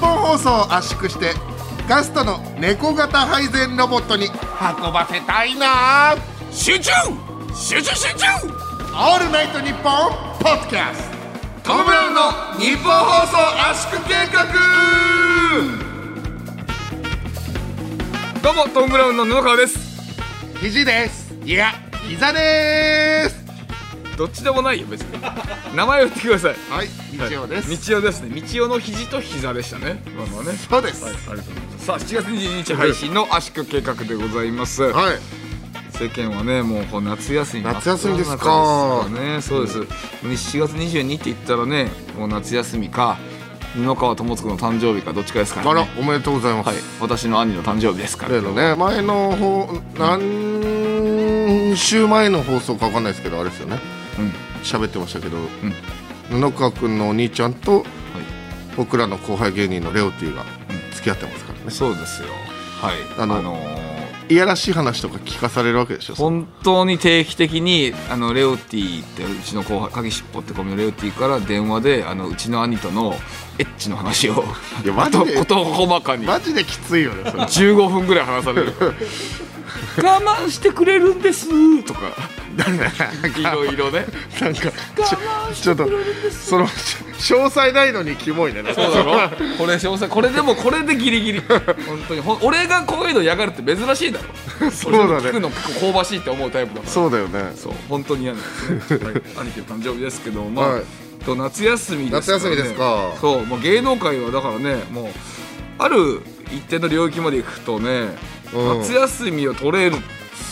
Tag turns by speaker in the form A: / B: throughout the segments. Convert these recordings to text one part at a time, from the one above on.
A: 酵素を圧縮してガストの猫型配膳ロボットに運ばせたいな
B: 集中集中集中
A: オールナイトニッポンポッドキャストトム・ブラウンの日本放送圧縮計画
B: どうもトム・ブラウンの布川です
A: 肘ですいや膝です
B: どっちでもないよ 別に名前を言ってください
A: はい日曜です、
B: はい道夫ですね道夫の肘と膝でしたねまあまあね
A: そうです
B: はい、ありがとうございますさあ7月22日配信の圧縮計画でございます、
A: はい
B: 世間はねもうこう夏休み真っ
A: 夏休みですか
B: 只中ですからねそうです、7月22日って言ったらねもう夏休みか布川智子の誕生日かどっちかですから
A: あ
B: ね
A: らおめでとうございます、
B: はい私の兄の誕生日ですから
A: 例のね前の方何週前の放送かわかんないですけどあれですよね
B: うん
A: 喋ってましたけど、布川君のお兄ちゃんと、僕らの後輩芸人のレオティが付き合ってますからね、
B: そうですよはい
A: あ
B: あ
A: の
B: のー
A: いやらしい話とか聞かされるわけでしょ
B: 本当に定期的にあのレオティってうちの後輩鍵しっぽってコミのレオティから電話であのうちの兄とのエッチの話を
A: いやマジ
B: と
A: で
B: こと細かに
A: マジできついよねそれ
B: 15分ぐらい話される 我慢してくれるんですとか
A: 誰だよ
B: いろいろね
A: なんかちょちょっとそのちょ詳細ないのにキモいねなんか
B: そうだろこれ詳細これでもこれでギリギ リ本当にほん俺がこういうの嫌がるって珍しいだろ
A: そうだね
B: 俺も聞くの香ばしいって思うタイプだから
A: そうだよね
B: そう本当 に嫌なんですね、はい、兄貴の誕生日ですけどまあ、
A: はい
B: と夏休みです
A: 夏休みですか
B: そうもう芸能界はだからねもうある一定の領域まで行くとね、
A: うん
B: 夏休みを取れる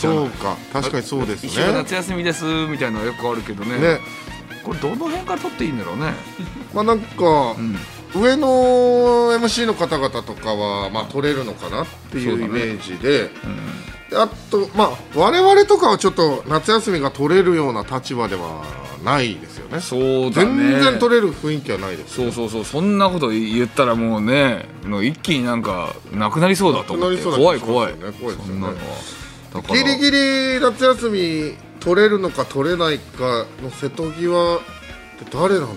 B: じゃない
A: そうか確かにそうです
B: 一週
A: ね
B: 夏休みですみたいなのがよくあるけどね
A: ね
B: これどの辺から取っていいんだろうね、
A: まあなんか、
B: うん、
A: 上の MC の方々とかは、まあ、取れるのかなってい
B: そう
A: う
B: だ
A: イメ
B: ね
A: ージで、であと、まあ、我々とかはちょっと夏休みが取れるような立場ではないですよね
B: そうだ
A: 全
B: ね
A: 然取れる雰囲気はないです
B: そうそうそうそんなこと言ったらもうねもう一気になんかなくなりそうだと思って
A: なくなりそうな
B: 怖い
A: 気がしますよ
B: 怖い
A: ね怖いですよね
B: そんなのはだから
A: ギリギリ夏休み取れるのか取れないかの瀬戸際って誰なんだろ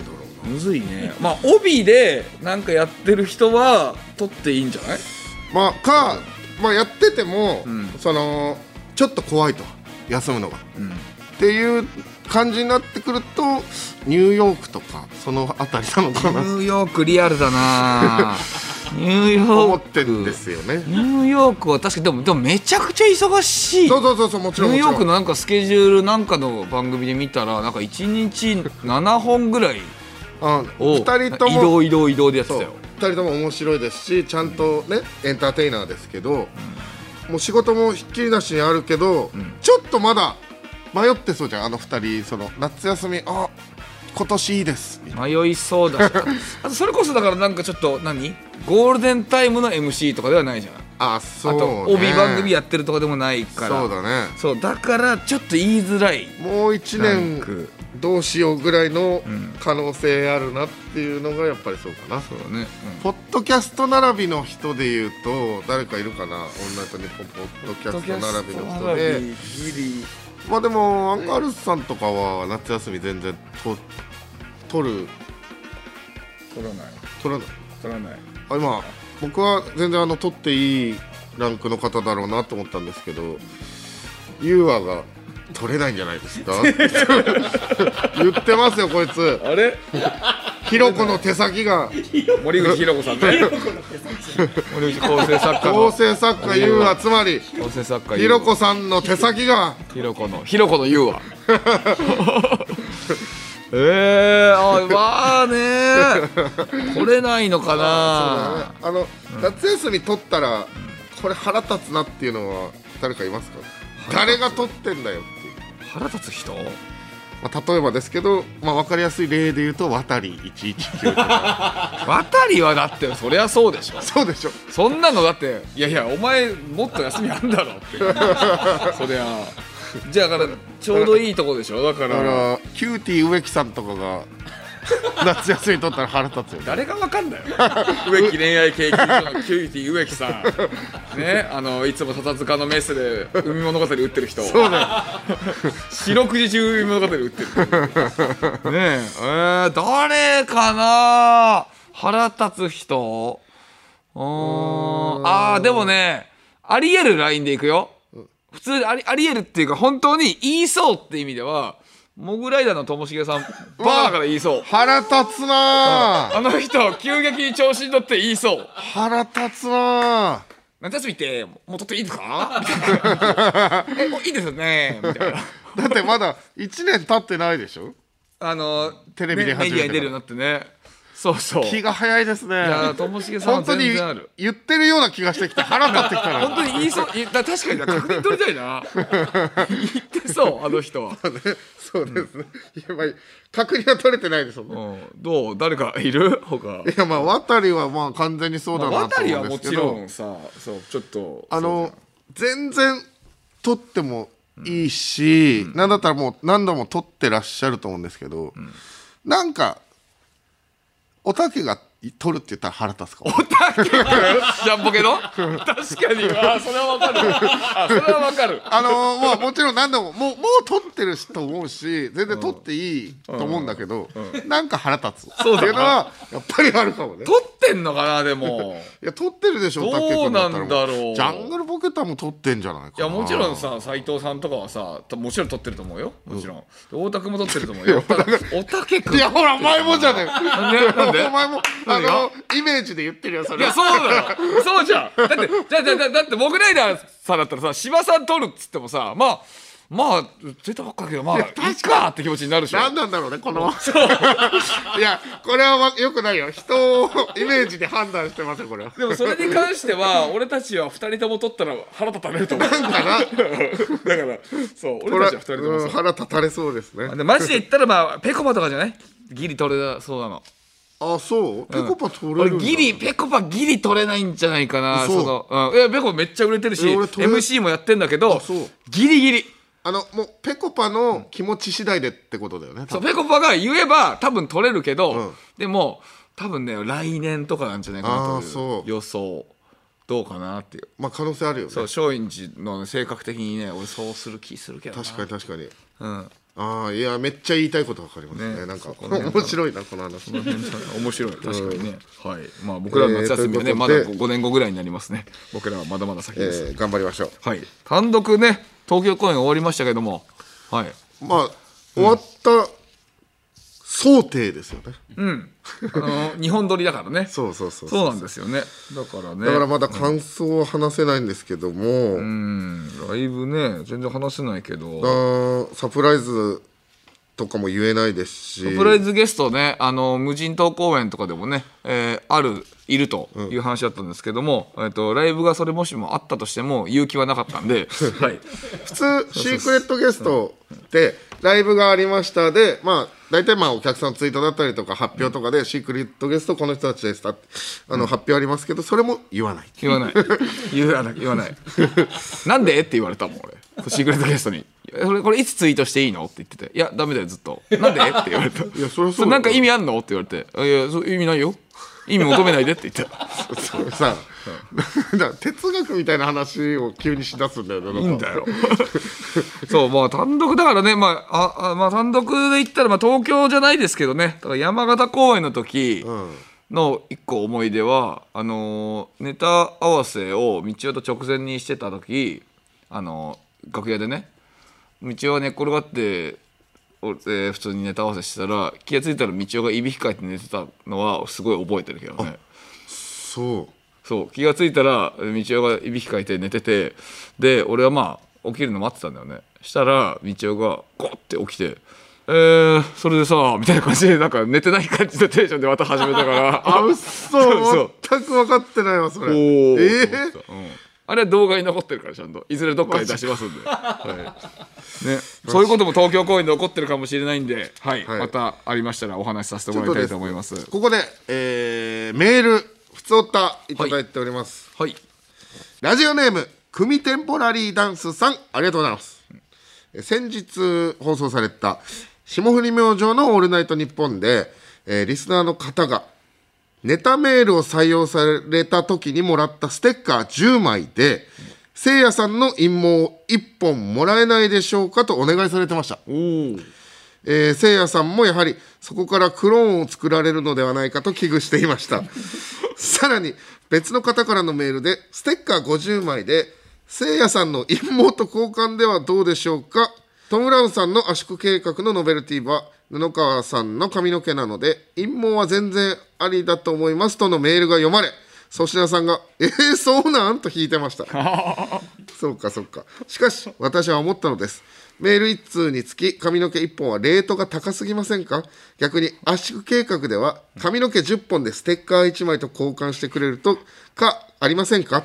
A: う
B: むずいねまあ帯でなんかやってる人は取っていいんじゃない
A: まあか、まあ、やってても、
B: ん
A: そのちょっと怖いと休むのが。っていう感じになってくるとニューヨークとかそのあたりなのか
B: ニ
A: な
B: ューヨークリアルだな ニュー
A: と
B: ヨ
A: 思
B: ー
A: っ
B: ク
A: てるんですよね。
B: ニューヨークは確かにでもでもめちゃくちゃ忙しい
A: そうそうそうそうもちろん
B: ニュー
A: もち
B: ヨ
A: ろ
B: ーク
A: ん。
B: のなんかスケジュールなんかの番組で見たらなんか1日7本ぐらい
A: あ
B: を
A: 二人とも
B: 移動移動移動でやって
A: そ
B: た
A: う
B: よ
A: 二人とも面白いですしちゃんとねエンターテイナーですけど、もう仕事もひっきりなしにあるけど、ちょっとまだ迷ってそうじゃんあの二人その夏休みあ今年いいですみたい
B: 迷いそうだしあとそれこそだからなんかちょっと何ゴールデンタイムの MC とかではないじゃんあ
A: なあそう、ね、
B: と帯番組
A: や
B: やってるとかでもないから
A: そうだね
B: そうだからちょっと言いづらい
A: もう一
B: ラ
A: 年
B: ンク
A: どうしようぐらいの可能性あるなっていうのがやっぱりそうかな、
B: そうだね、
A: ポッドキャスト並びの人でいうと誰かいるかなオンライトニッポンポッドキャスト並びの人でまあでもアンガールズさんとかは夏休み全然と取る
B: 取らない
A: 取らない
B: 取らない
A: あ今僕は全然あの取っていいランクの方だろうなと思ったんですけどユーアが取れないんじゃないですか 言ってますよこいつ
B: あれ
A: ひろこの手先が
B: 森口博子 さんね森口構成作家
A: 構
B: の
A: 成作家優はつまり
B: 構成作家
A: ひろこさんの手先が
B: ひろこのひろこの言うわ えー、あまあね取れないの かな
A: あの夏休み取ったらこれ腹立つなっていうのは誰かいますか誰が取ってんだよっていう、
B: 腹立つ人
A: まあ、例えばですけど、まあ、分かりやすい例で言うと渡り119とか
B: 渡りはだってそりゃそうでしょ
A: そうでしょ
B: そんなのだっていやいやお前もっと休みあんだろっていうそりゃじゃあだからちょうどいいとこでしょだか
A: だかららキューティー植木さんとかが夏休み取ったら腹立つよね
B: 誰がわかんだよ 植木恋愛経験者のキューティー植木さんねあのいつも笹塚のメスで海物語打ってる人
A: そうだ
B: 四六時中海物語打ってるねええー誰かな腹立つ人うーんあーでもねありえるラインでいくよ普通にありありえるっていうか本当に言いそうって意味ではモグライダーのともしげさんバーから言いそう
A: 腹立つなー
B: あの人急激に調子に乗って言いそう
A: 腹立つなー
B: 夏休みってもう取っていいですかえもういいですよねみたいな
A: だってまだ1年経ってないでしょ
B: あの
A: テレビで
B: ねメ
A: 初めて
B: ディアに出るようになってねそうそう
A: 気が早いですね
B: いやーともしげさんは
A: 本当
B: 全
A: に
B: 然ある
A: 言ってるような気がしてきて腹立ってきたな
B: 本当に言いそういやだ確かにな確認取りたいな言ってそうあの人は、
A: そうですね、いやまあ確認は取れてないですもん、
B: う
A: ね
B: ん、どう誰かいる他
A: いやまあ渡りはまあ完全にそうだなと
B: 渡り
A: 思
B: は
A: うんで
B: も
A: すけ
B: ち
A: ど、
B: ろんさそうちょっと
A: あの全然取ってもいいし、なんだったらもう何度も取ってらっしゃると思うんですけど、なんかおたけが取るって言ったら腹立つかも
B: おたけジャンポケの確かにあーそれはわかるあそれはわかる
A: あのーまあもちろん何度ももうもう取ってるしと思うし全然取っていいと思うんだけど、なんか腹立つっていうのはやっぱりあるかもね
B: 取ってんのかなで も
A: いや取ってるでしょタッケ君ったらも
B: どうなんだろう
A: ジャングルポケットはもう取ってんじゃない
B: い
A: か
B: や
A: な
B: もちろんさ斎藤さんとかはさともちろん取ってると思うよもちろん、大田君も取ってると思う よおたけくん
A: いやほらお前もじゃね
B: なんでなんで
A: えお前もあ
B: 何が
A: のイメージで言ってるよそ
B: い
A: れ
B: やそうだよそうじゃんだってだだだだってモグライダーさんだったらさ芝さん取るっつってもさまあまあ出たばっかだけどまあいいかって気持ちになるでしょ
A: 何なんだろうねこのいやこれはわよくないよ人をイメージで判断してますよこれは
B: でもそれに関しては俺たちは2人とも取ったら腹立たれると思う だからそう
A: こ
B: 俺
A: れは
B: たちは2人とも
A: うん
B: さ
A: 腹立たれそうですね
B: でマジで言ったらまあぺこぱとかじゃないギリ取れそうなの
A: あそうペコパ取れ
B: 俺
A: るんだ
B: ギリペコパギリ取れないんじゃないかな
A: 嘘
B: その、うん、いやペコパめっちゃ売れてるし
A: え俺取れ
B: MC もやってんだけど
A: あそう
B: ギリギリ
A: あのもうペコパの気持ち次第でってことだよね多
B: そう
A: 分
B: ペコパが言えば多分取れるけど、
A: うん
B: でも多分ね来年とかなんじゃないかな
A: あー
B: と
A: そ
B: いう
A: う
B: 予想どうかなっていう
A: まあ可能性あるよね
B: そう
A: 確
B: 松陰寺の性格的にね俺そうする気するけどな
A: かに確かに
B: うん
A: ああいやめっちゃ言いたいことわかりますね
B: ね
A: なんか
B: そこね
A: 面白いなこの話
B: 面白い確かにね、はいまあ僕らの夏休みはね、
A: えー
B: ま
A: と
B: だ
A: いうことで
B: 5年後ぐらいになりますね僕らはまだまだ先
A: え
B: です、
A: ー頑張りましょ
B: はい単独ね東京公演終わりましたけどもはいう
A: まあ終わった想定ですよね
B: あの日本撮りだからね
A: そうそうそう
B: そうなんですよねだからね
A: だからまだ感想は話せないんですけども、
B: うんライブね全然話せないけど
A: あーサプライズとかも言えないですし
B: サプライズゲストねあの無人島公演とかでもね、えーあるいるという話だったんですけども、えっとライブがそれもしもあったとしても勇気はなかった んで、はい、
A: 普通シークレットゲストってライブがありましたでまあ大体まあお客さんツイートだったりとか発表とかで、シークレットゲストこの人たちでしたってあの、発表ありますけどそれも言わない
B: 言わない言わない言わないなんでって言われたもん俺シークレットゲストに「えこれこれいつツイートしていいの?」って言ってて「いやダメだよずっと」「なんで?」って言われた「い
A: やそりゃそうだよ
B: なんか意味あんの?」って言われて「いやそう意味ないよ意味求めないで」って言ってた
A: それさ、だから哲学みたいな話を急にしだすんだよねなんか
B: いいんだよそうまあ単独だからね、まあ、ああまあ単独で言ったら、まあ、東京じゃないですけどねだから山形公演の時の一個思い出はあのーネタ合わせを道夫と直前にしてた時あのー楽屋でね道夫が寝っ転がっておえー普通にネタ合わせしてたら気が付いたら道夫がいびきかいて寝てたのはすごい覚えてるけどね。
A: そう
B: そう気がついたら道夫がいびきかいて寝ててで俺はまあ起きるの待ってたんだよねしたら道夫がゴッて起きて「えー、それでさ」みたいな感じでなんか寝てない感じのテンションでまた始めたから
A: あうっそ
B: そう
A: 全く分かってないわそれ
B: おー
A: ええ
B: と思ったうんあれは動画に残ってるからちゃんといずれどっかに出しますんで、はいね、そういうことも東京公演で起こってるかもしれないんで、はい
A: はい
B: またありましたらお話しさせてもらいたいと思います
A: ここで、えーメールふつおたいただいております、
B: はい
A: ラジオネーム組テンポラリーダンスさんありがとうございます、え先日放送された霜降り明星の「オールナイトニッポンで」えーリスナーの方がネタメールを採用された時にもらったステッカー10枚でせいやさんの陰謀を1本もらえないでしょうかとお願いされてましたえー、せいやさんもやはりそこからクローンを作られるのではないかと危惧していましたさらに別の方からのメールでステッカー50枚でせいやさんの陰謀と交換ではどうでしょうかトム・ラウンさんの圧縮計画のノベルティは布川さんの髪の毛なので陰謀は全然ありだと思いますとのメールが読まれ粗品さんが「えー、そうなん?」と引いてましたそうかそうかしかし私は思ったのですメール1通につき髪の毛1本はレートが高すぎませんか逆に圧縮計画では髪の毛10本でステッカー1枚と交換してくれるとかありませんか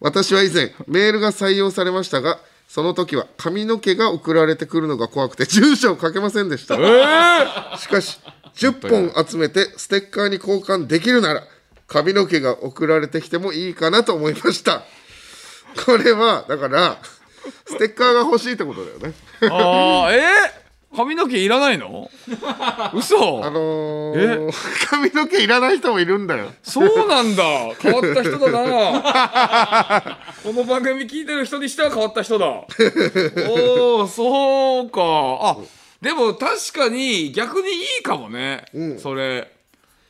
A: 私は以前メールが採用されましたがその時は髪の毛が送られてくるのが怖くて住所を書けませんでした、しかし10本集めてステッカーに交換できるなら髪の毛が送られてきてもいいかなと思いましたこれはだからステッカーが欲しいってことだよね
B: ああ、えー髪の毛いらないの嘘
A: あのー、髪の毛いらない人もいるんだよ
B: そうなんだ変わった人だなこの番組聞いてる人にしては変わった人だおおそうかあでも確かに逆にいいかもね、それ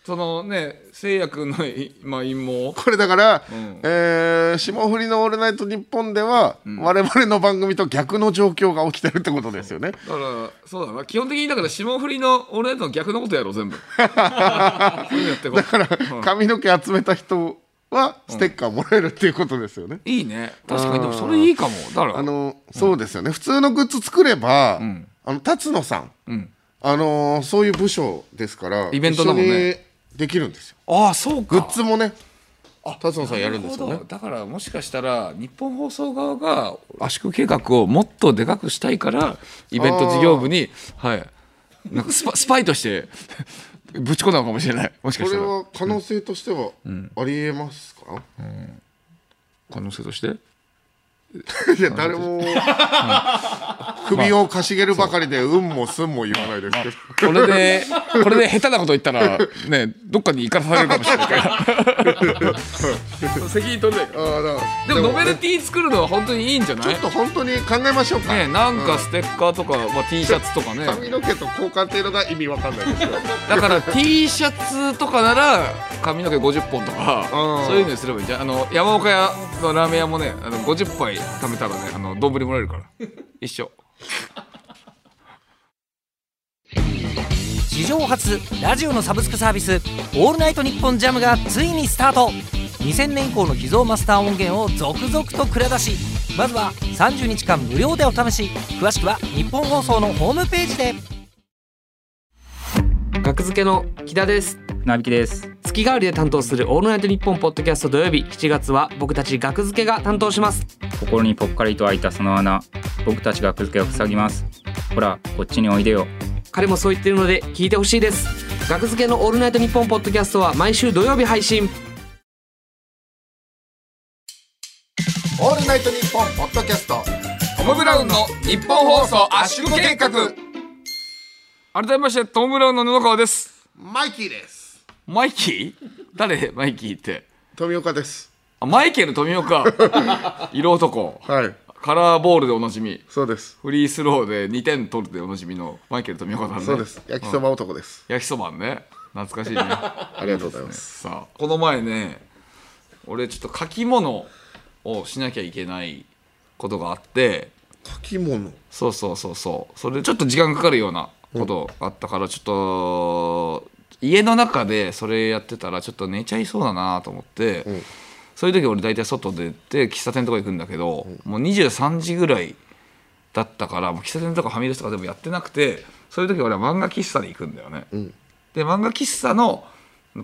B: そのねせいやくんのい、まあ、陰謀
A: これだから、えー霜降りの「オールナイトニッポン」では、我々の番組と逆の状況が起きてるってことですよね
B: だからそうだな基本的にだから霜降りの俺の逆のことやろ う全部そういうのやってこう
A: だから、髪の毛集めた人はステッカーもらえるっていうことですよね、
B: いいね確かにでもそれいいかもだから
A: あのそうですよね、普通のグッズ作れば、あの辰野さん、あのーそういう部署ですから
B: イベントだもんね
A: 一緒にできるんですよ
B: ああそうか
A: グッズもね辰野さんやるんですよね
B: なるほどだからもしかしたら日本放送側が圧縮計画をもっとでかくしたいからイベント事業部に、はい、なんか スパスパイとしてぶち込んだのかもしれないもしか
A: こ
B: した
A: れ
B: ら
A: は可能性としてはありえますか、
B: 可能性として
A: いや誰も首をかしげるばかりで「うん」も「すん」も言わないですけど
B: これでこれで下手なこと言ったらねどっかに行かされるかもしれないか ら責任取れないから
A: ああだ
B: でもノベル
A: ね
B: ティ作るのは本当にいいんじゃな
A: ちょ
B: い
A: っと本当に考えましょうか、
B: ねなんかステッカーとか、まあ、T シャツとかね
A: 髪の毛と交換っていうのが意味わかんない ですよ
B: だから T シャツとかなら髪の毛50本とか
A: うん
B: そういうのにすればいいじゃんあの山岡屋のラーメン屋もねあの50杯貯めたらねあの丼もらえるから一緒
C: 史上初ラジオのサブスクサービス「オールナイトニッポンジャムがついにスタート2000年以降の秘蔵マスター音源を続々と蔵出しまずは30日間無料でお試し詳しくは日本放送のホームページで
D: 学付けの木田です
E: なびきです。
D: 月替わりで担当する「オールナイトニッポン」ポッドキャスト土曜日7月は僕たち学付けが担当します
E: 心にぽっかりと開いたその穴、僕たちがくずけを塞ぎます。ほら、こっちにおいでよ。
D: 彼もそう言ってるので聞いてほしいです学付けの「オールナイトニッポン」ポッドキャストは毎週土曜日配信
A: 「オールナイトニッポン」ポッドキャスト
B: トム・ブラウンの日本放送圧縮計画改めましてトム・ブラウンの布川です
A: マイキーです
B: マイキー誰マイキーって
A: 富岡です
B: あマイケル富 岡色男
A: はい
B: カラーボールでおなじみ
A: そうです
B: フリースローで2点取るでおなじみのマイケル富岡さんね
A: そうです焼きそば男です、
B: 焼きそばね懐 かしいね
A: ありがとうございます
B: さあこの前ね俺ちょっと書き物をしなきゃいけないことがあって
A: 書き物
B: そうそうそうそうそれでちょっと時間かかるようなことあったからちょっと家の中でそれやってたらちょっと寝ちゃいそうだなと思って、そういう時俺大体外出て喫茶店とか行くんだけど、もう23時ぐらいだったからもう喫茶店とかファミレスとかでもやってなくてそういう時俺は漫画喫茶に行くんだよね。で漫画喫茶の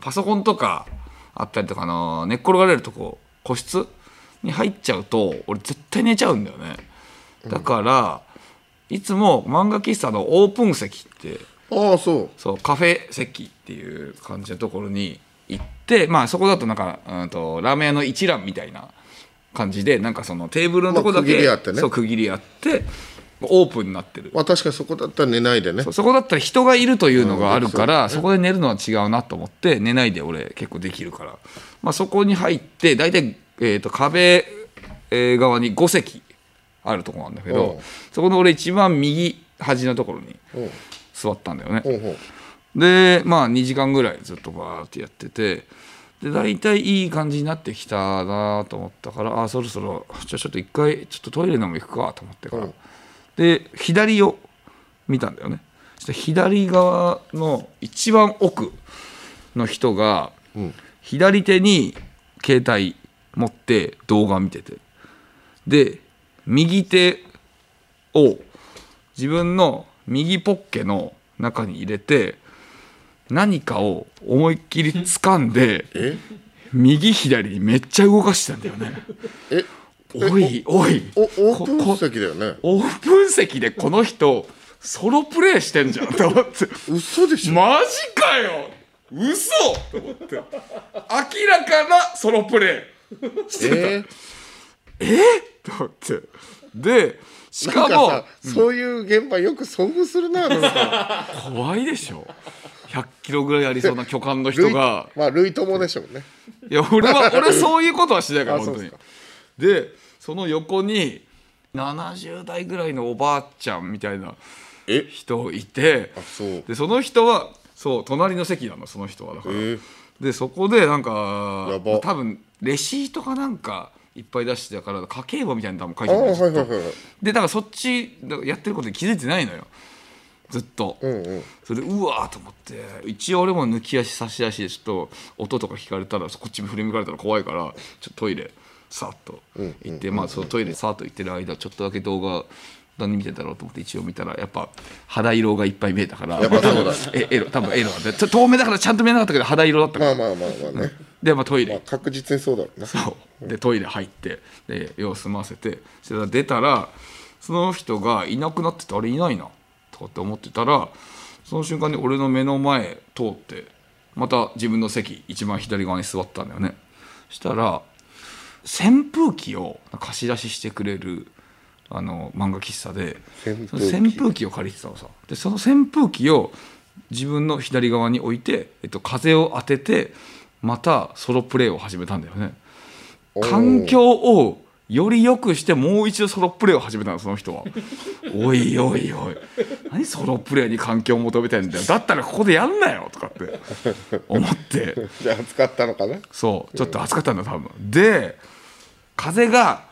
B: パソコンとかあったりとかあの寝っ転がれるとこ個室に入っちゃうと俺絶対寝ちゃうんだよね。だから、いつも漫画喫茶のオープン席って
A: ああそう
B: そうカフェ席っていう感じのところに行ってまあそこだとなんか、うん、とラーメン屋の一覧みたいな感じでなんかそのテーブルのとこだ
A: まあ
B: け、
A: 区切りあってね
B: そう区切りあってオープンになってる
A: まあ確かにそこだったら寝ないでね
B: そうそこだったら人がいるというのがあるから、そこで寝るのは違うなと思って寝ないで俺結構できるから、まあ、そこに入って大体、えー、と壁えー側に5席あるところなんだけ
A: う
B: ど
A: ん
B: そこの俺一番右端のところに
A: うん
B: 座ったんだよね
A: ほうほう
B: でまあ2時間ぐらいずっとバーってやっててで大体いい感じになってきたなと思ったからあそろそろじゃあちょっと一回ちょっとトイレでも行くかと思ってから、で左を見たんだよねそして左側の一番奥の人が、左手に携帯持って動画見ててで右手を自分の右ポッケの中に入れて何かを思いっきり掴んで
A: え
B: 右左にめっちゃ動かしてたんだよね。
A: え
B: おいおい
A: おオープン
B: こ
A: 席だよね
B: オープン席でこの人ソロプレイしてんじゃんと思って
A: 嘘でしょ
B: マジかよ嘘と思って明らかなソロプレイしてた、
A: えー
B: と思ってでし
A: なん
B: か
A: かさ
B: も、
A: そういう現場よく遭遇するななんか
B: 怖いでしょ100キロぐらいありそうな巨漢の 人が
A: まあ類友でしょうね
B: いや俺は俺そういうことはしないから
A: あ
B: 本当
A: そう
B: に
A: ですか
B: でその横に70代ぐらいのおばあちゃんみたいな
A: え
B: 人いて
A: あそうえ
B: でその人はそう隣の席なのその人はだから、
A: ー
B: でそこでなん
A: や
B: か
A: ば
B: 多分レシートかなんかいっぱい出してたから家計簿みたいなの多分
A: あ
B: 書い
A: ー
B: て
A: はい
B: る
A: はいは
B: ず
A: い
B: っと
A: はい
B: でだからそっちだからやってることに気づいてないのよずっと、
A: うんうん
B: それでうわーと思って一応俺も抜き足差し足でちょっと音とか聞かれたらこっち振り向かれたら怖いからちょっとトイレさっと行って、まあそのトイレさっと行ってる間ちょっとだけ動画何見てたろうと思って一応見たらやっぱ肌色がいっぱい見えたから
A: やっぱそうだ
B: えエロ多分エロなんでちょ透明だからちゃんと見えなかったけど肌色だったから
A: まあまあまあまあね
B: で、まあ、トイレ
A: まあ確実にそうだろうな
B: そうでトイレ入ってで用済ませてそして出たらその人がいなくなっててあれいないなとかって思ってたらその瞬間に俺の目の前通ってまた自分の席一番左側に座ったんだよねしたら扇風機を貸し出ししてくれるあの漫画喫茶で
A: 扇
B: そ
A: 風
B: の
A: 機
B: 扇風機を借りてたのさでその扇風機を自分の左側に置いて、えっと、風を当ててまたソロプレイを始めたんだよね
A: おー
B: 環境をより良くしてもう一度ソロプレイを始めたのその人は おいおいおい何ソロプレイに環境を求めてんだよだったらここでやんなよとかって思って
A: じゃあ使ったのかな
B: そうちょっと暑かったんだ多分で風が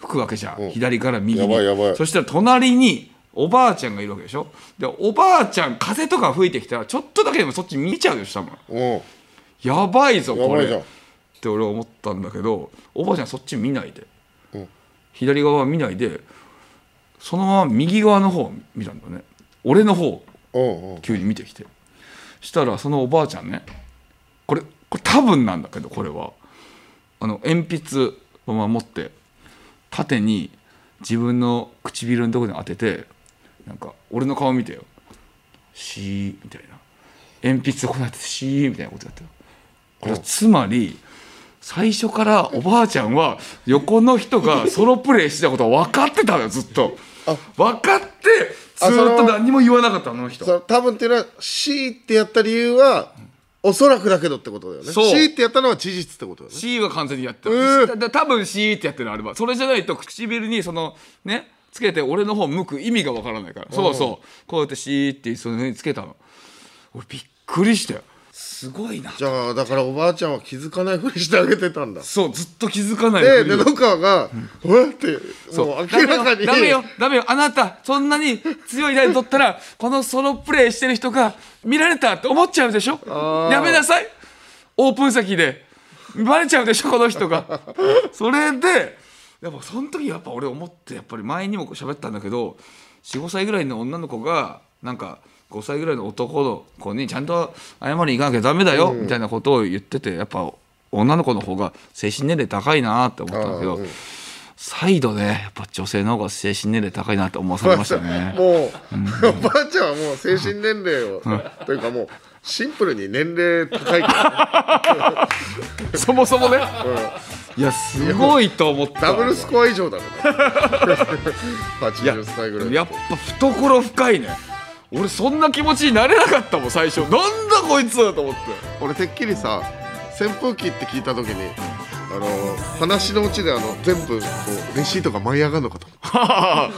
B: 吹くわけじゃ
A: うん
B: ん左から右に
A: やばいやばい
B: そしたら隣におばあちゃんがいるわけでしょでおばあちゃん風とか吹いてきたらちょっとだけでもそっち見ちゃうでしょ多分
A: うん
B: やばいぞ
A: や
B: こ
A: ばい
B: れ
A: じゃん
B: って俺は思ったんだけどおばあちゃんそっち見ないで、
A: うん
B: 左側見ないでそのまま右側の方を見たんだね俺の方を
A: うんうん
B: 急に見てきてしたらそのおばあちゃんねこれこれ多分なんだけどこれはあの鉛筆を持って縦に自分の唇のところに当ててなんか俺の顔見てよ「シー」みたいな鉛筆をこうやって「シー」みたいなことやってるこれはつまり最初からおばあちゃんは横の人がソロプレイしてたことは分かってたのよずっと
A: あ
B: 分かってず
A: あ
B: っ
A: その
B: と何も言わなかったのあの人
A: その多分っていうのは C ってやった理由はおそらくだけどってことだよね
B: そう
A: C ってやったのは事実ってことだよね
B: C は完全にやって
A: うー
B: るだだ多分 C ってやってるあれはそれじゃないと唇にそのねつけて俺の方向く意味がわからないからそうそうこうやって C ってそのにつけたの俺びっくりしたよすごいな
A: じゃあだからおばあちゃんは気づかないふりしてあげてたんだ
B: そうずっと気づかない
A: で
B: ふりを
A: 布川が「うわ」って
B: そう
A: もう明らかに
B: ダメよダメよダメよあなたそんなに強いライン取ったらこのソロプレイしてる人が見られたって思っちゃうでしょ
A: あー
B: やめなさいオープン先でバレちゃうでしょこの人 がそれでやっぱその時やっぱ俺思ってやっぱり前にも喋ったんだけど45歳ぐらいの女の子がなんか5歳ぐらいの男の子にちゃんと謝りに行かなきゃダメだよみたいなことを言っててやっぱ女の子の方が精神年齢高いなって思ったんだけど、
A: あーうん
B: 再度ねやっぱ女性の方が精神年齢高いなと思わされました ね。
A: もう、おばあちゃんはもう精神年齢を、というかもうシンプルに年齢高い から
B: そもそもね、 いやすごいと思った
A: ダブルスコア以 上だろうね80歳ぐらい
B: やっぱ懐深いね俺そんな気持ちになれなかったもん最初なんだこいつと思って
A: 俺てっきりさ扇風機って聞いた時にあの話のうちであの全部こうレシートが舞い上がるのかと思っ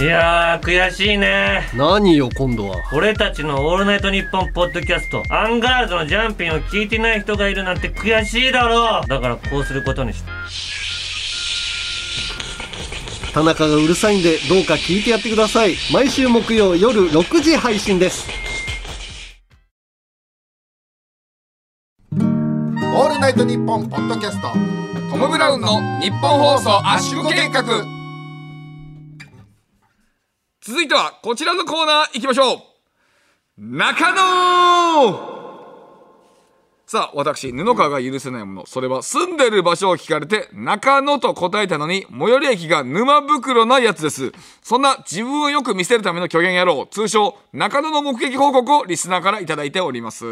F: いやー悔しいね
G: 何よ今度は
F: 俺たちの「オールナイトニッポン」ポッドキャストアンガールズのジャンピンを聞いてない人がいるなんて悔しいだろうだからこうすることにした
G: 田中がうるさいんでどうか聞いてやってください毎週木曜夜6時配信です
A: オールナイトニッポンポッドキャスト
B: トム・ブラウンの日本放送圧縮計画続いてはこちらのコーナー行きましょう中野さあ私布川が許せないものそれは住んでる場所を聞かれて中野と答えたのに最寄り駅が沼袋なやつですそんな自分をよく見せるための虚言野郎通称中野の目撃報告をリスナーから頂いいております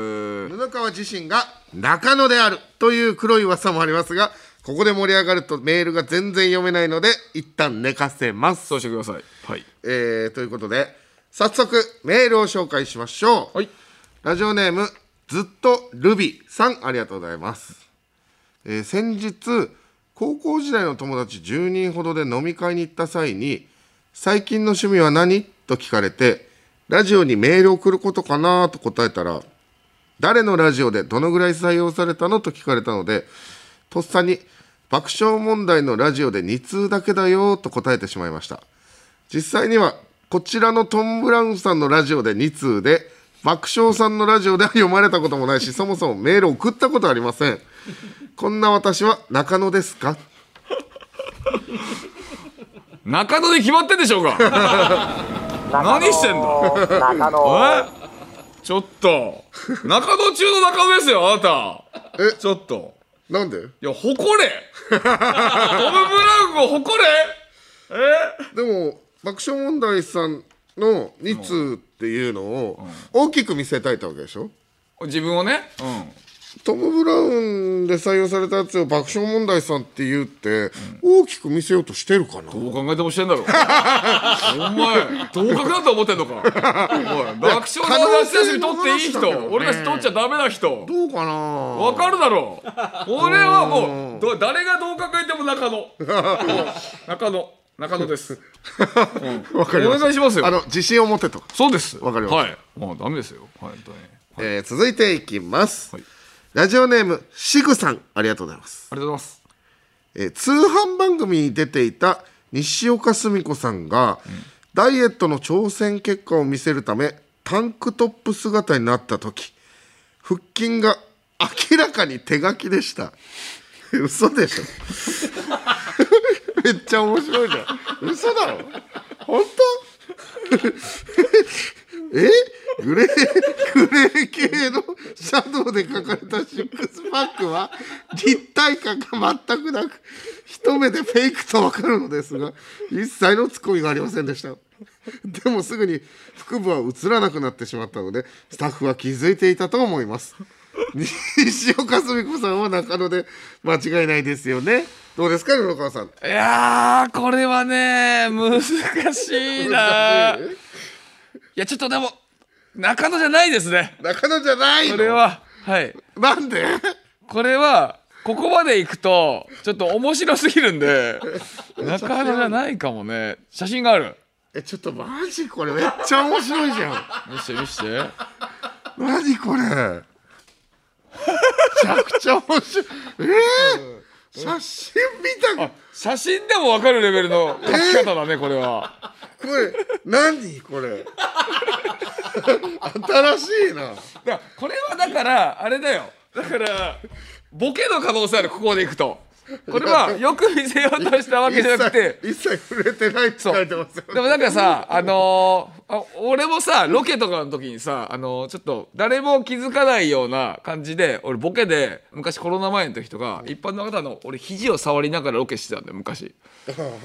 A: 布川自身が中野であるという黒い噂もありますがここで盛り上がるとメールが全然読めないので一旦寝かせます
B: そうしてくださいはい
A: えーということで早速メールを紹介しましょう、
B: はい
A: ラジオネームずっとルビーさんありがとうございます、えー先日高校時代の友達10人ほどで飲み会に行った際に「最近の趣味は何?」と聞かれてラジオにメールを送ることかなと答えたら「誰のラジオでどのぐらい採用されたの?」と聞かれたのでとっさに「爆笑問題のラジオで2通だけだよ」と答えてしまいました実際にはこちらのトム・ブラウンさんのラジオで2通で爆笑さんのラジオでは読まれたこともないしそもそもメールを送ったことありませんこんな私は中野ですか
B: 中野で決まってんでしょうか何してんだ中野ちょっと中野中の中野ですよあなた
A: え
B: ちょっと
A: なんで
B: いや誇れトム・ブラウンを誇れ
A: でも爆笑問題さんの2通っていうのを大きく見せたいってわけでしょ
B: 自分をね、うん、
A: トム・ブラウンで採用されたやつを爆笑問題さんって言うって大きく見せようとしてるかな、
B: どう考えてもしてんだろお前同格だと思ってんのかおい爆笑の夏休み取っていい
A: 可能性の話だけど
B: 人
A: ね
B: 俺たち取っちゃダメな人
A: どうかな
B: わかるだろう俺はもうど誰がどう考えても中 野もう中野中野です
A: わかりました
B: お願いしますよ
A: あの自信を持てと、
B: そうです
A: わかりました
B: はいもうダメですよはい本当に
A: えー続いていきます、
B: はい
A: ラジオネームシグさんありがとうございます
B: ありがとうございます
A: えー通販番組に出ていた西岡澄子さんが、ダイエットの挑戦結果を見せるためタンクトップ姿になった時腹筋が明らかに手書きでした 嘘で しょめっちゃ面白いじゃん嘘だろ本当えグレーグレー系のシャドウで描かれたシックスパックは立体感が全くなく一目でフェイクと分かるのですが一切のツッコミがありませんでしたでもすぐに腹部は映らなくなってしまったのでスタッフは気づいていたと思います西岡澄子さんは中野で間違いないですよねどうですか布川さん
B: いやーこれはね難しいな
A: 難しい
B: いやちょっとでも中野じゃないですね
A: 中野じゃないの
B: これははい
A: なんで
B: これはここまで行くとちょっと面白すぎるんで 中野じゃないかもね写真がある
A: えちょっとマジこれめっちゃ面白い じゃん
B: 見して見して
A: 何これめちゃくちゃ面白いえー、写真見たこ
B: 写真でも分かるレベルの書き方だねこれは
A: れ何これ新しいな
B: だからこれはだからあれだよだからボケの可能性あるここでいくとこれはよく見せようとしたわけじゃなくて
A: 一切一切触れてないって書いてますよ
B: でもなんかさあのーあ俺もさロケとかの時にさあのーちょっと誰も気づかないような感じで俺ボケで昔コロナ前の時とか一般の方の俺肘を触りながらロケしてたんだよ昔、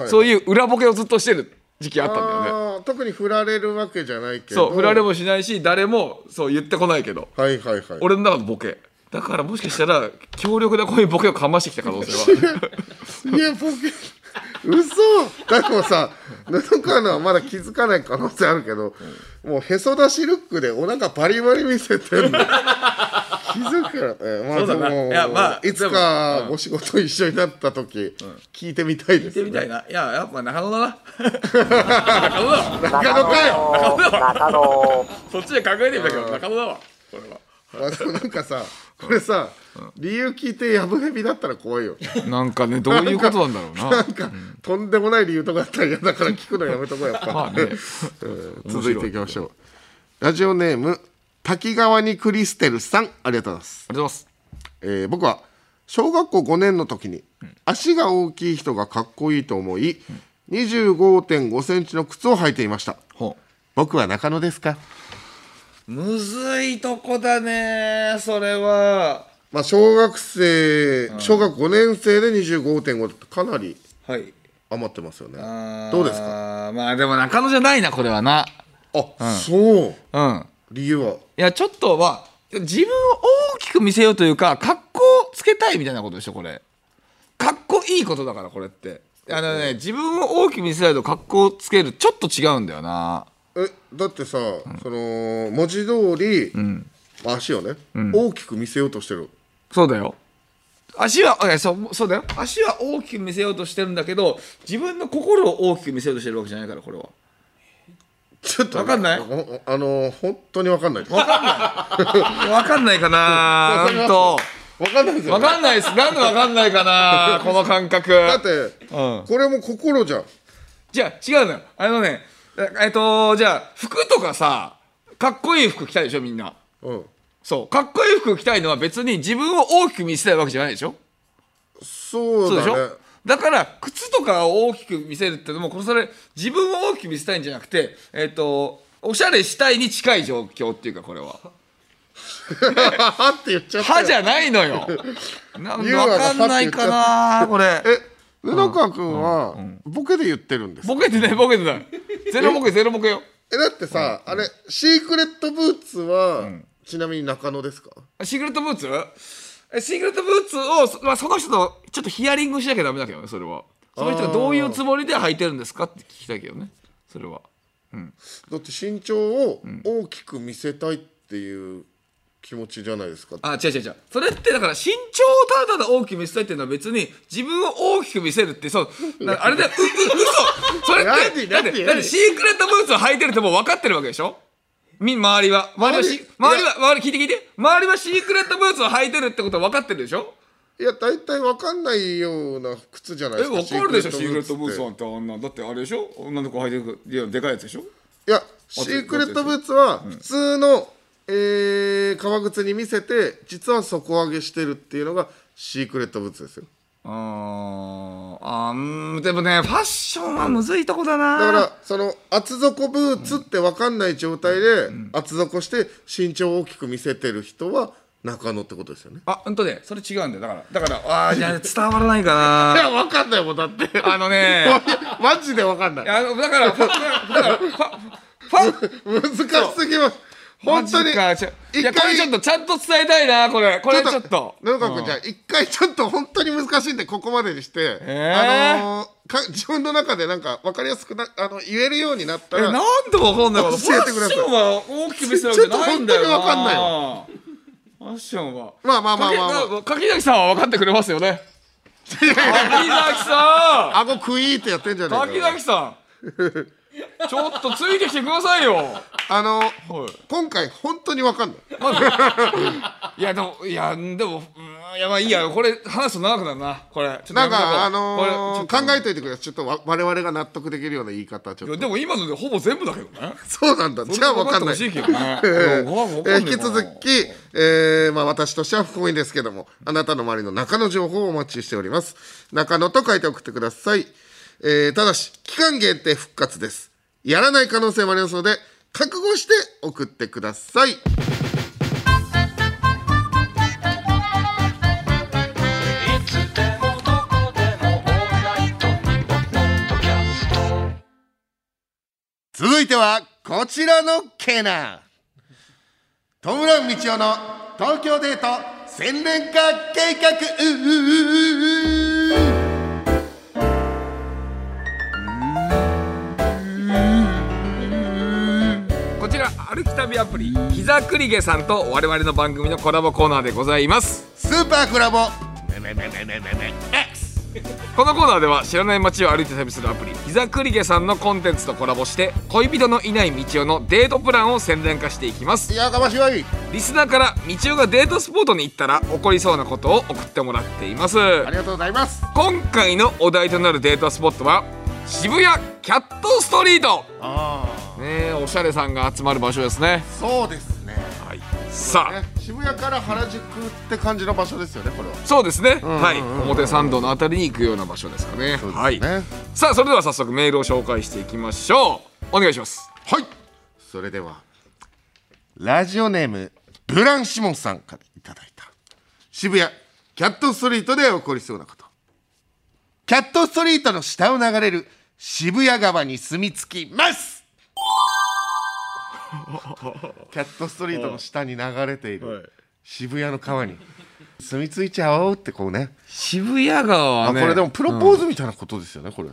B: そういう裏ボケをずっとしてる時期あったんだよね
A: あー特に振られるわけじゃないけど
B: そう振られもしないし誰もそう言ってこないけど
A: はいはいはい
B: 俺の中のボケだからもしかしたら強力なこういうボケをかましてきた可能性 は
A: いやボケ嘘だってもうさ布川のはまだ気づかない可能 性あるけど、もうへそ出しルックでお腹バリバリ見せてんの気づくからねまあ
B: そうだな
A: でも
B: いやまあ
A: いつかお仕事一緒になった時聞いてみたい
B: 聞
A: で
B: いて
A: す
B: みたい
A: ね
B: ないややっぱ中野だな中野だわ
A: 中野かよ
B: 中野そっちで考えてみたけど中野だわこれは
A: まあでもなんかさこれさ理由聞いてやぶへびだったら怖いよ
B: なんかねどういうことなんだろ う
A: な
B: なん
A: かとんでもない理由とかあったら嫌だから聞くのやめとこうやっ
B: ま
A: ぱ
B: あね
A: うん続いていきましょうラジオネーム滝川にクリステルさんありがとうございます
B: ありがとうございます
A: えー僕は小学校5年の時に足が大きい人がかっこいいと思い25.5センチの靴を履いていました
B: ほ
A: 僕は中野ですか
B: うむずいとこだねそれは
A: まあ小学生小学5年生で25.5ってかなり
B: はい
A: 余ってますよね
B: あー
A: どうですか
B: まあでも中野じゃないなこれはな
A: あ、そう
B: うん
A: 理由はい
B: やちょっとは自分を大きく見せようというか格好をつけたいみたいなことでしょこれかっこいいことだからこれってあのね自分を大きく見せないと格好をつけるちょっと違うんだよな
A: えだってさ、その文字通り、まあ足をね、大きく見せようとしてる
B: そうだよ足はいやそうそうだよ足は大きく見せようとしてるんだけど自分の心を大きく見せようとしてるわけじゃないからこれは
A: ちょっと
B: わかんない
A: ほあのー本当にわかんないですわ
B: 分かんない かななんと
A: かんないですよ
B: 分
A: ね
B: かんないですなんで分かんないかなこの感覚
A: だって、
B: うん
A: これも心じゃん
B: じゃあ違うのよあのねええっとじゃあ服とかさかっこいい服着たいでしょみんな
A: うん
B: そうかっこいい服着たいのは別に自分を大きく見せたいわけじゃないでしょ
A: そ
B: そう
A: う
B: で
A: だ
B: し
A: ね
B: ょだから靴とかを大きく見せるってのもこれそれ自分を大きく見せたいんじゃなくてえっとおしゃれしたいに近い状況っていうかこれは
A: はって言っちゃったよ
B: 歯じゃない のよな分
A: ユーアが
B: かんないかなこれ
A: え布川君は、ボケで言ってるんです
B: ボケてないボケてないゼロボケゼロボケよ
A: えだってさ、あれシークレットブーツは、ちなみに中野ですか
B: シークレットブーツえシークレットブーツをそ,、まあ、その人とちょっとヒアリングしなきゃダメだけどねそれはその人がどういうつもりで履いてるんですかって聞きたいけどねそれは
A: だって身長を大きく見せたいっていう気持ちじゃないですか、
B: あ違う違う違うそれってだから身長をただただ大きく見せたいっていうのは別に自分を大きく見せるってそうなあれだようう嘘それって
A: 何
B: だって
A: 何
B: だってシークレットブーツを履いてるってもう分かってるわけでしょみ周りは周りはし周りは周り聞いて聞いて周りはシークレットブーツを履いてるってことは分かってるでしょ
A: いや大体わかんないような靴じゃない
B: え
A: ですか
B: わかるでしょシークレットブーツ
A: って
B: なんてあんなだってあれでしょ女の子履いてるいやでかいやつでしょ
A: いやシークレットブーツは普通の、えー革靴に見せて実は底上げしてるっていうのがシークレットブーツですよ
B: あーあーうんでもねファッションはむずいとこだな
A: だからその厚底ブーツって分かんない状態で厚底して身長を大きく見せてる人は中野ってことですよね
B: あほんとねそれ違うんだよだからだからあーじゃあ伝わらないか
A: いや分かんないもんだって
B: なあの ね
A: マジで分かんない
B: あのだからファだからファファ
A: 難しすぎます本当に
B: マジかちょいや
A: 一回
B: これちょっとちゃんと伝えたいなこれこれちょっと
A: 野中君じゃあ一回ちょっと本当に難しいんでここまでにして、
B: えー
A: あのーか自分の中でなんか分かりやすくなあの言えるようになった
B: え
A: ら
B: なんでわかんないのファ
A: 教えてく
B: ッ
A: ださい
B: ションは大きく見せるわけじゃないんだよな
A: ちょっと本当にわかんない
B: ファッションは
A: まあまあまあまあ、まあ、
B: かけ柿崎さんは分かってくれますよね柿崎さん
A: 顎クイーってやってんじゃねえか
B: 柿崎さんちょっとついてきてくださいよ
A: あのー今回本当に分かんない
B: いやでもいやでもうんいやまあいいやこれ話すと長くなるなこれちょっと
A: なん
B: やめとこう
A: かあ
B: これ
A: のー
B: ちょっと
A: 考えといてくださいちょっとわ我々が納得できるような言い方ちょ
B: いや
A: っ
B: で
A: と
B: も今のでほぼ全部だけどね
A: そうなんだじゃあ分かんない
B: 分かってほしいけどね
A: え
B: いやわかん
A: ー
B: ない
A: 引き続き、えーまあ、私としては不本意ですけどもあなたの周りの中野情報をお待ちしております中野と書いて送ってください、えーただし期間限定復活ですやらない可能性もありますので覚悟して送ってください続いてはこちらのケーナートムラウン道夫の東京デート洗練化計画
B: こちらあ歩き旅アプリ膝くりげさんと我々の番組のコラボコーナーでございます
A: スーパーコラボ
B: このコーナーでは知らない街を歩いて旅するアプリ膝くりげさんのコンテンツとコラボして恋人のいないみちおのデートプランを宣伝化していきます
A: いやかましわい
B: リスナーからみちおがデートスポットに行ったら起こりそうなことを送ってもらっています
A: ありがとうございます
B: 今回のお題となるデートスポットは渋谷キャットストリート
A: あ
B: ねえおしゃれさんが集まる場所ですね
A: あそうですね
B: はいさあ
A: ね渋谷から原宿って感じの場所ですよねこれは
B: そうですね、
A: んうん
B: はい表参道のあたりに行くような場所ですかね
A: そうですね
B: はいさあそれでは早速メールを紹介していきましょうお願いします
A: はいそれではラジオネームブランシモンさんからいただいた渋谷キャットストリートで起こりそうなことキャットストリートの下を流れる渋谷川に住み着きます キャットストリートの下に流れている渋谷の川に住み着いちゃおうってこうね
B: 渋谷川
A: あこ
B: は
A: れでもプロポーズみたいなことですよねこれ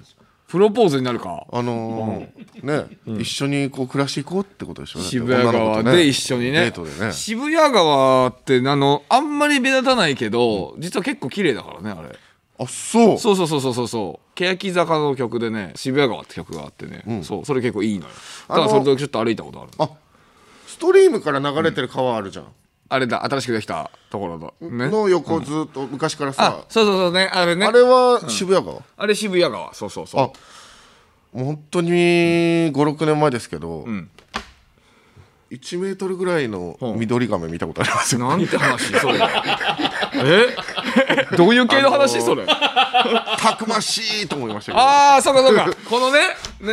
B: プロポーズになるか
A: あのーね、一緒にこう暮らしていこうってことでしょ
B: 渋谷川で一緒にね
A: デートでね
B: 渋谷川ってあのあんまり目立たないけど、実は結構綺麗だからねあれ
A: あそう
B: そうそうそうそうそうそう欅坂の曲でね渋谷川って曲があってね、そうそれ結構いいのよだからそれでちょっと歩いたことある
A: あストリームから流れてる川あるじゃん、
B: あれだ新しくできたところだね
A: の横ずっと昔から
B: あ
A: さ、
B: そうそうそうねあれね
A: あれは渋谷川、
B: あれ渋谷川そうそうそう
A: あもう本当に56年前ですけど、1メートルぐらいの緑亀見たことあり ますよ、
B: なんて話それえ どういう系の話、それ
A: たくましいと思いましたけど
B: ああそうかそうかこのね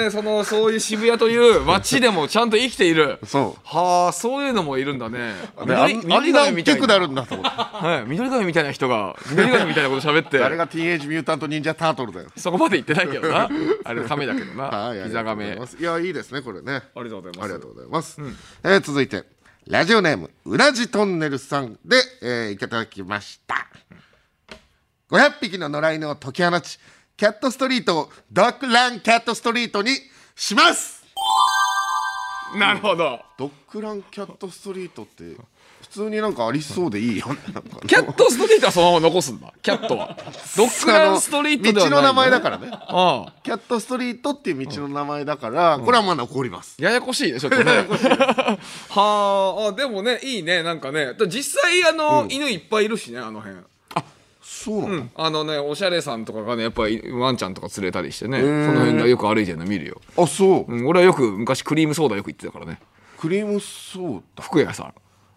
B: ねそのそういう渋谷という街でもちゃんと生きている
A: そ
B: はあそういうのもいるんだね
A: うであんあんな大きくな
B: な、
A: るんだと思って
B: はい、緑髪みたいな人が緑髪みたいなこと喋って
A: 誰がティーンエイジミュータント忍者タートルだよ
B: そこまで言ってないけどな あれ亀だけど
A: は、
B: ない膝亀
A: ありがとうございますいや、いいですね、これね。
B: ありがとうございます
A: ありがとうございます。えー続いて、ラジオネーム、うらじトンネルさんで、えーいただきました。500匹の野良犬を解き放ち、キャットストリートをドッグランキャットストリートにします
B: なるほど
A: ドッグランキャットストリートって、普通になんかありそうでいいよね。なんかね
B: キャットストリートはそのまま残すんだキャッ トはドッグランストリートではない
A: 道の名前だかららね。
B: ああ
A: キャットストリートっていう道の名前だから、これはまだ怒ります。
B: ややこしいねちょっ とね はああでもねいいねなんかねだ実際あの、犬いっぱいいるしねあの辺
A: そうなんだ。
B: あのねおしゃれさんとかがねやっぱりワンちゃんとか連れたりしてねその辺がよく歩いてるの見るよ、
A: あ、そう。
B: うん、俺はよく昔クリームソーダよく行ってたからね
A: クリームソーダ。
B: 服屋さん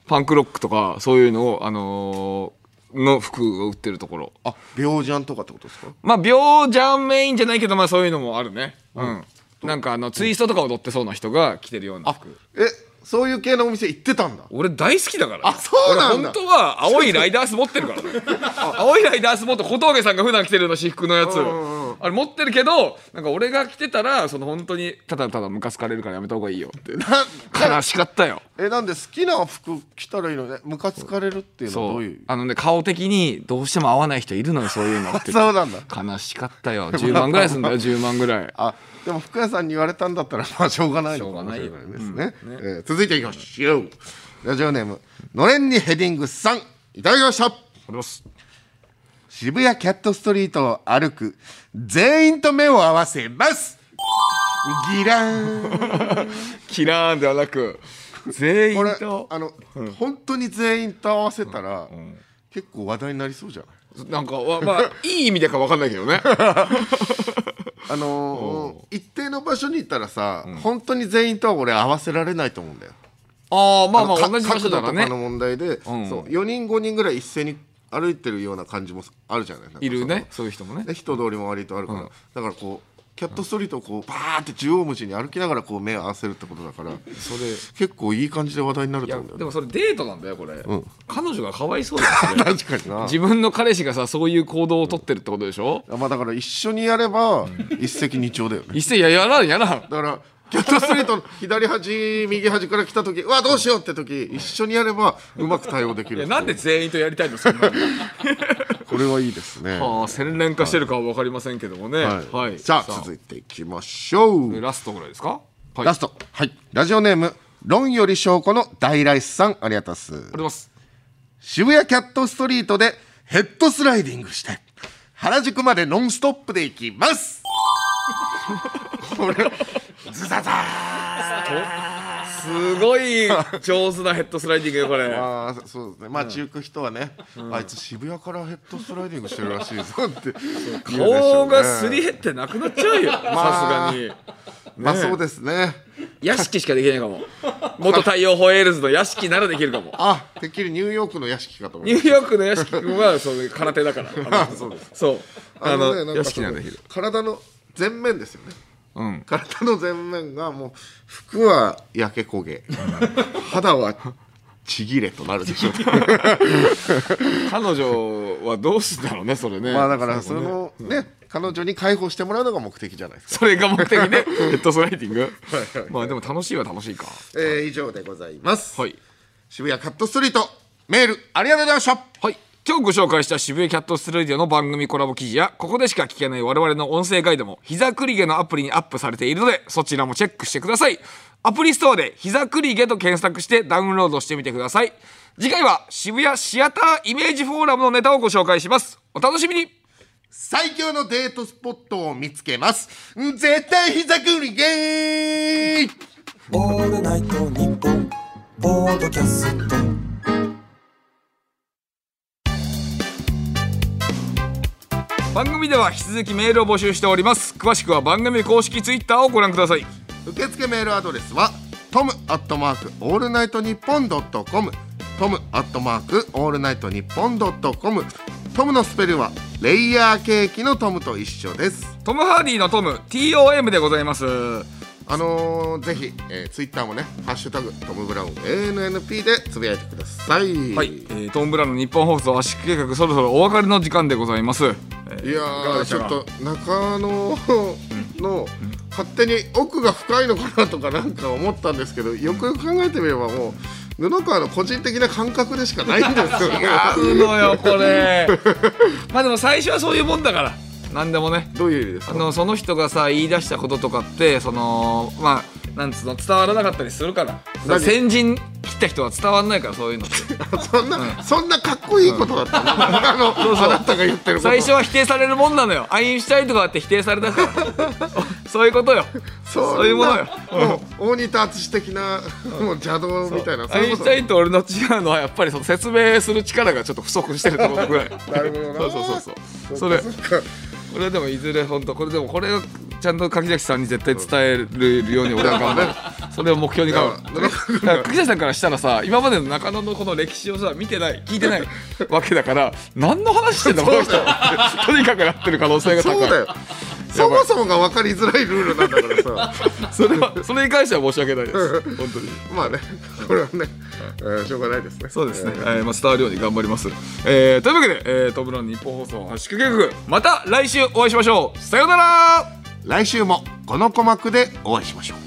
B: パンクロックとかそういうのをあのーの服を売ってるところ
A: あ、病ジャンとかってことですか。
B: まあ秒ジャンメインじゃないけどまあそういうのもあるねうん、なんかあのツイストとか踊ってそうな人が着てるような服
A: え、そういう系のお店行ってたんだ。
B: 俺大好きだから、
A: あそうなんだ
B: 俺本当は青いライダース持ってるからね青いライダース持って小峠さんが普段着てるの私服のやつあれ持ってるけどなんか俺が着てたらその本当にただただムカつかれるからやめた方がいいよって悲しかったよ
A: え、なんで好きな服着たらいいのね。ムカつかれるっていうのはど
B: そうう
A: いう。
B: あのね顔的にどうしても合わない人いるのよ そういうのって
A: そうなんだ。
B: 悲しかったよ10万ぐらいすんだよ10万ぐらい
A: あ、でも服屋さんに言われたんだったら、 まあしょうがないのかもしれないですね。えー続いていきましょう。ラジオネーム、のれんにヘディングさん、いただきました。渋谷キャットストリートを歩く、全員と目を合わせます。ギラーン。
B: キラーンではなく全
A: こ
B: 員
A: れ
B: と
A: あの、本当に全員と合わせたら、結構話題になりそうじゃない
B: なんかわまあいい意味でか分かんないけど ね
A: あのー一定の場所に行ったらさ、本当に全員とは俺合わせられないと思うんだよ
B: ああまあま
A: の
B: あ
A: か
B: 同じ場所だから
A: 角度とかの
B: ね
A: 問題で、そう4人5人ぐらい一斉に歩いてるような感じもあるじゃないなんか
B: いるね
A: そ
B: そういう人も
A: の
B: ね
A: ね人通りも割とあるから、だからこうキャットストリートをこうバーって縦横無尽に歩きながらこう目を合わせるってことだからそれ結構いい感じで話題になる
B: い
A: と
B: や
A: 思うんだ
B: で
A: よ
B: も
A: ね
B: それデートなんだよこれ、彼女がかわいそうだよね
A: 確かにな
B: 自分の彼氏がさそういう行動をとってるってことでしょ
A: あまあだから一緒にやれば一石二鳥だよね
B: 一斉ややらんやらん
A: だからキャットストリートの左端右端から来た時うわどうしようって時一緒にやればうまく対応でき
B: いや
A: る
B: なんで全員とやりたいのそんなの
A: これはいいですね
B: ああ洗練化してるかは分かりませんけどもね
A: はい、
B: はい
A: さあ続いていきましょう
B: ラストぐらいですかはい
A: ラストはいラジオネーム論より証拠の大来さんありがとうございます
B: ります
A: 渋谷キャットストリートでヘッドスライディングして原宿までノンストップで行き ますこれズザザ
B: すごい上手なヘッドスライディングよこ れ
A: ーあーそうですねまあ中く人はね、あいつ渋谷からヘッドスライディングしてるらしいぞって言うでしょ
B: 顔
A: うね
B: がすり減ってなくなっちゃうよさすがに
A: まあそうですね
B: 屋敷しかできないかも元太陽ホエールズの屋敷ならできるかも
A: あてっきりニューヨークの屋敷かと思
B: ニ
A: っ
B: ュ
A: た
B: ーヨークの屋敷君はそういう空手だから あのそうあの
A: ねんか
B: 屋敷ならできる
A: その体の前面ですよね
B: うん
A: 体の前面がもう服は焼け焦げ肌はちぎれとなるでしょう
B: 彼女はどうすんだろうねそれね
A: まあだからそのね彼女に解放してもらうのが目的じゃないですか、
B: それが目 的ねヘッドスライディングまあでも楽しいは楽しいか
A: えー以上でございます、
B: はい
A: 渋谷カットストリートメールありがとうございました
B: はい今日ご紹介した渋谷キャットストレディオの番組コラボ記事やここでしか聞けない我々の音声ガイドも膝くり毛のアプリにアップされているのでそちらもチェックしてくださいアプリストアで膝くり毛と検索してダウンロードしてみてください次回は渋谷シアターイメージフォーラムのネタをご紹介しますお楽しみに
A: 最強のデートスポットを見つけます絶対膝くりゲー
B: 番組では引き続きメールを募集しております詳しくは番組公式ツイッターをご覧ください
A: 受付メールアドレスはトムアットマークオールナイトニッポンドットコムトムアットマークオールナイトニッポンドットコムトムのスペルはレイヤーケーキのトムと一緒です
B: トム・ハーディのトム TOM でございます
A: あのーぜひ、えー、ツイッターもね「ハッシュタグトム・ブラウン ANNP」でつぶやいてください、
B: はい、えートム・ブラウンの日本放送圧縮計画そろそろお別れの時間でございます、えー
A: いや
B: が
A: ー
B: でし
A: ち
B: た
A: ょっ
B: か
A: と中野の勝手に奥が深いのかなとかなんか思ったんですけどよくよく考えてみればもう布川の個人的な感覚でしかないんですよね
B: あるのよこれ まあでも最初はそういうもんだから何でもね
A: どういう意味です
B: あ
A: か
B: のその人がさ言い出したこととかってそのまあなんつうの伝わらなかったりするから
A: 何
B: 先陣切った人は伝わんないからそういうのって
A: そんな、そんなかっこいいことだったの、あのあなたが言ってること
B: 最初は否定されるもんなのよアインシュタインとかだって否定され たからそういうことよ
A: そんな
B: そういうものよ
A: もう大仁田敦的な、もう邪道みたいなそ
B: ア
A: ういう
B: イ
A: こ
B: ンシ
A: と
B: ュタインと俺の違うのはやっぱりその説明する力がちょっと不足してるってことぐ らい
A: なるほどな
B: そうそうそうそうそれ
A: そっか
B: これでもいずれ本当これでもこれをちゃんと柿崎さんに絶対伝えるように俺は頑張 るそれを目標に頑張るだから柿崎さんからしたらさ今までの中野のこの歴史をさ見てない聞いてないわけだから何の話してんだこの人 とにかくなってる可能性が高い
A: そうだよそもそもが分かりづらいルールなんだからさ
B: それはそれに関しては申し訳ないです 本当に
A: まあねこれはね、えーしょうがないですね
B: そうですね、
A: え
B: え
A: ー
B: ーまあ、伝わるように頑張ります、えーというわけで、えー、トム・ブラウン日本放送圧縮計画また来週お会いしましょうさようなら
A: 来週もこの鼓膜でお会いしましょう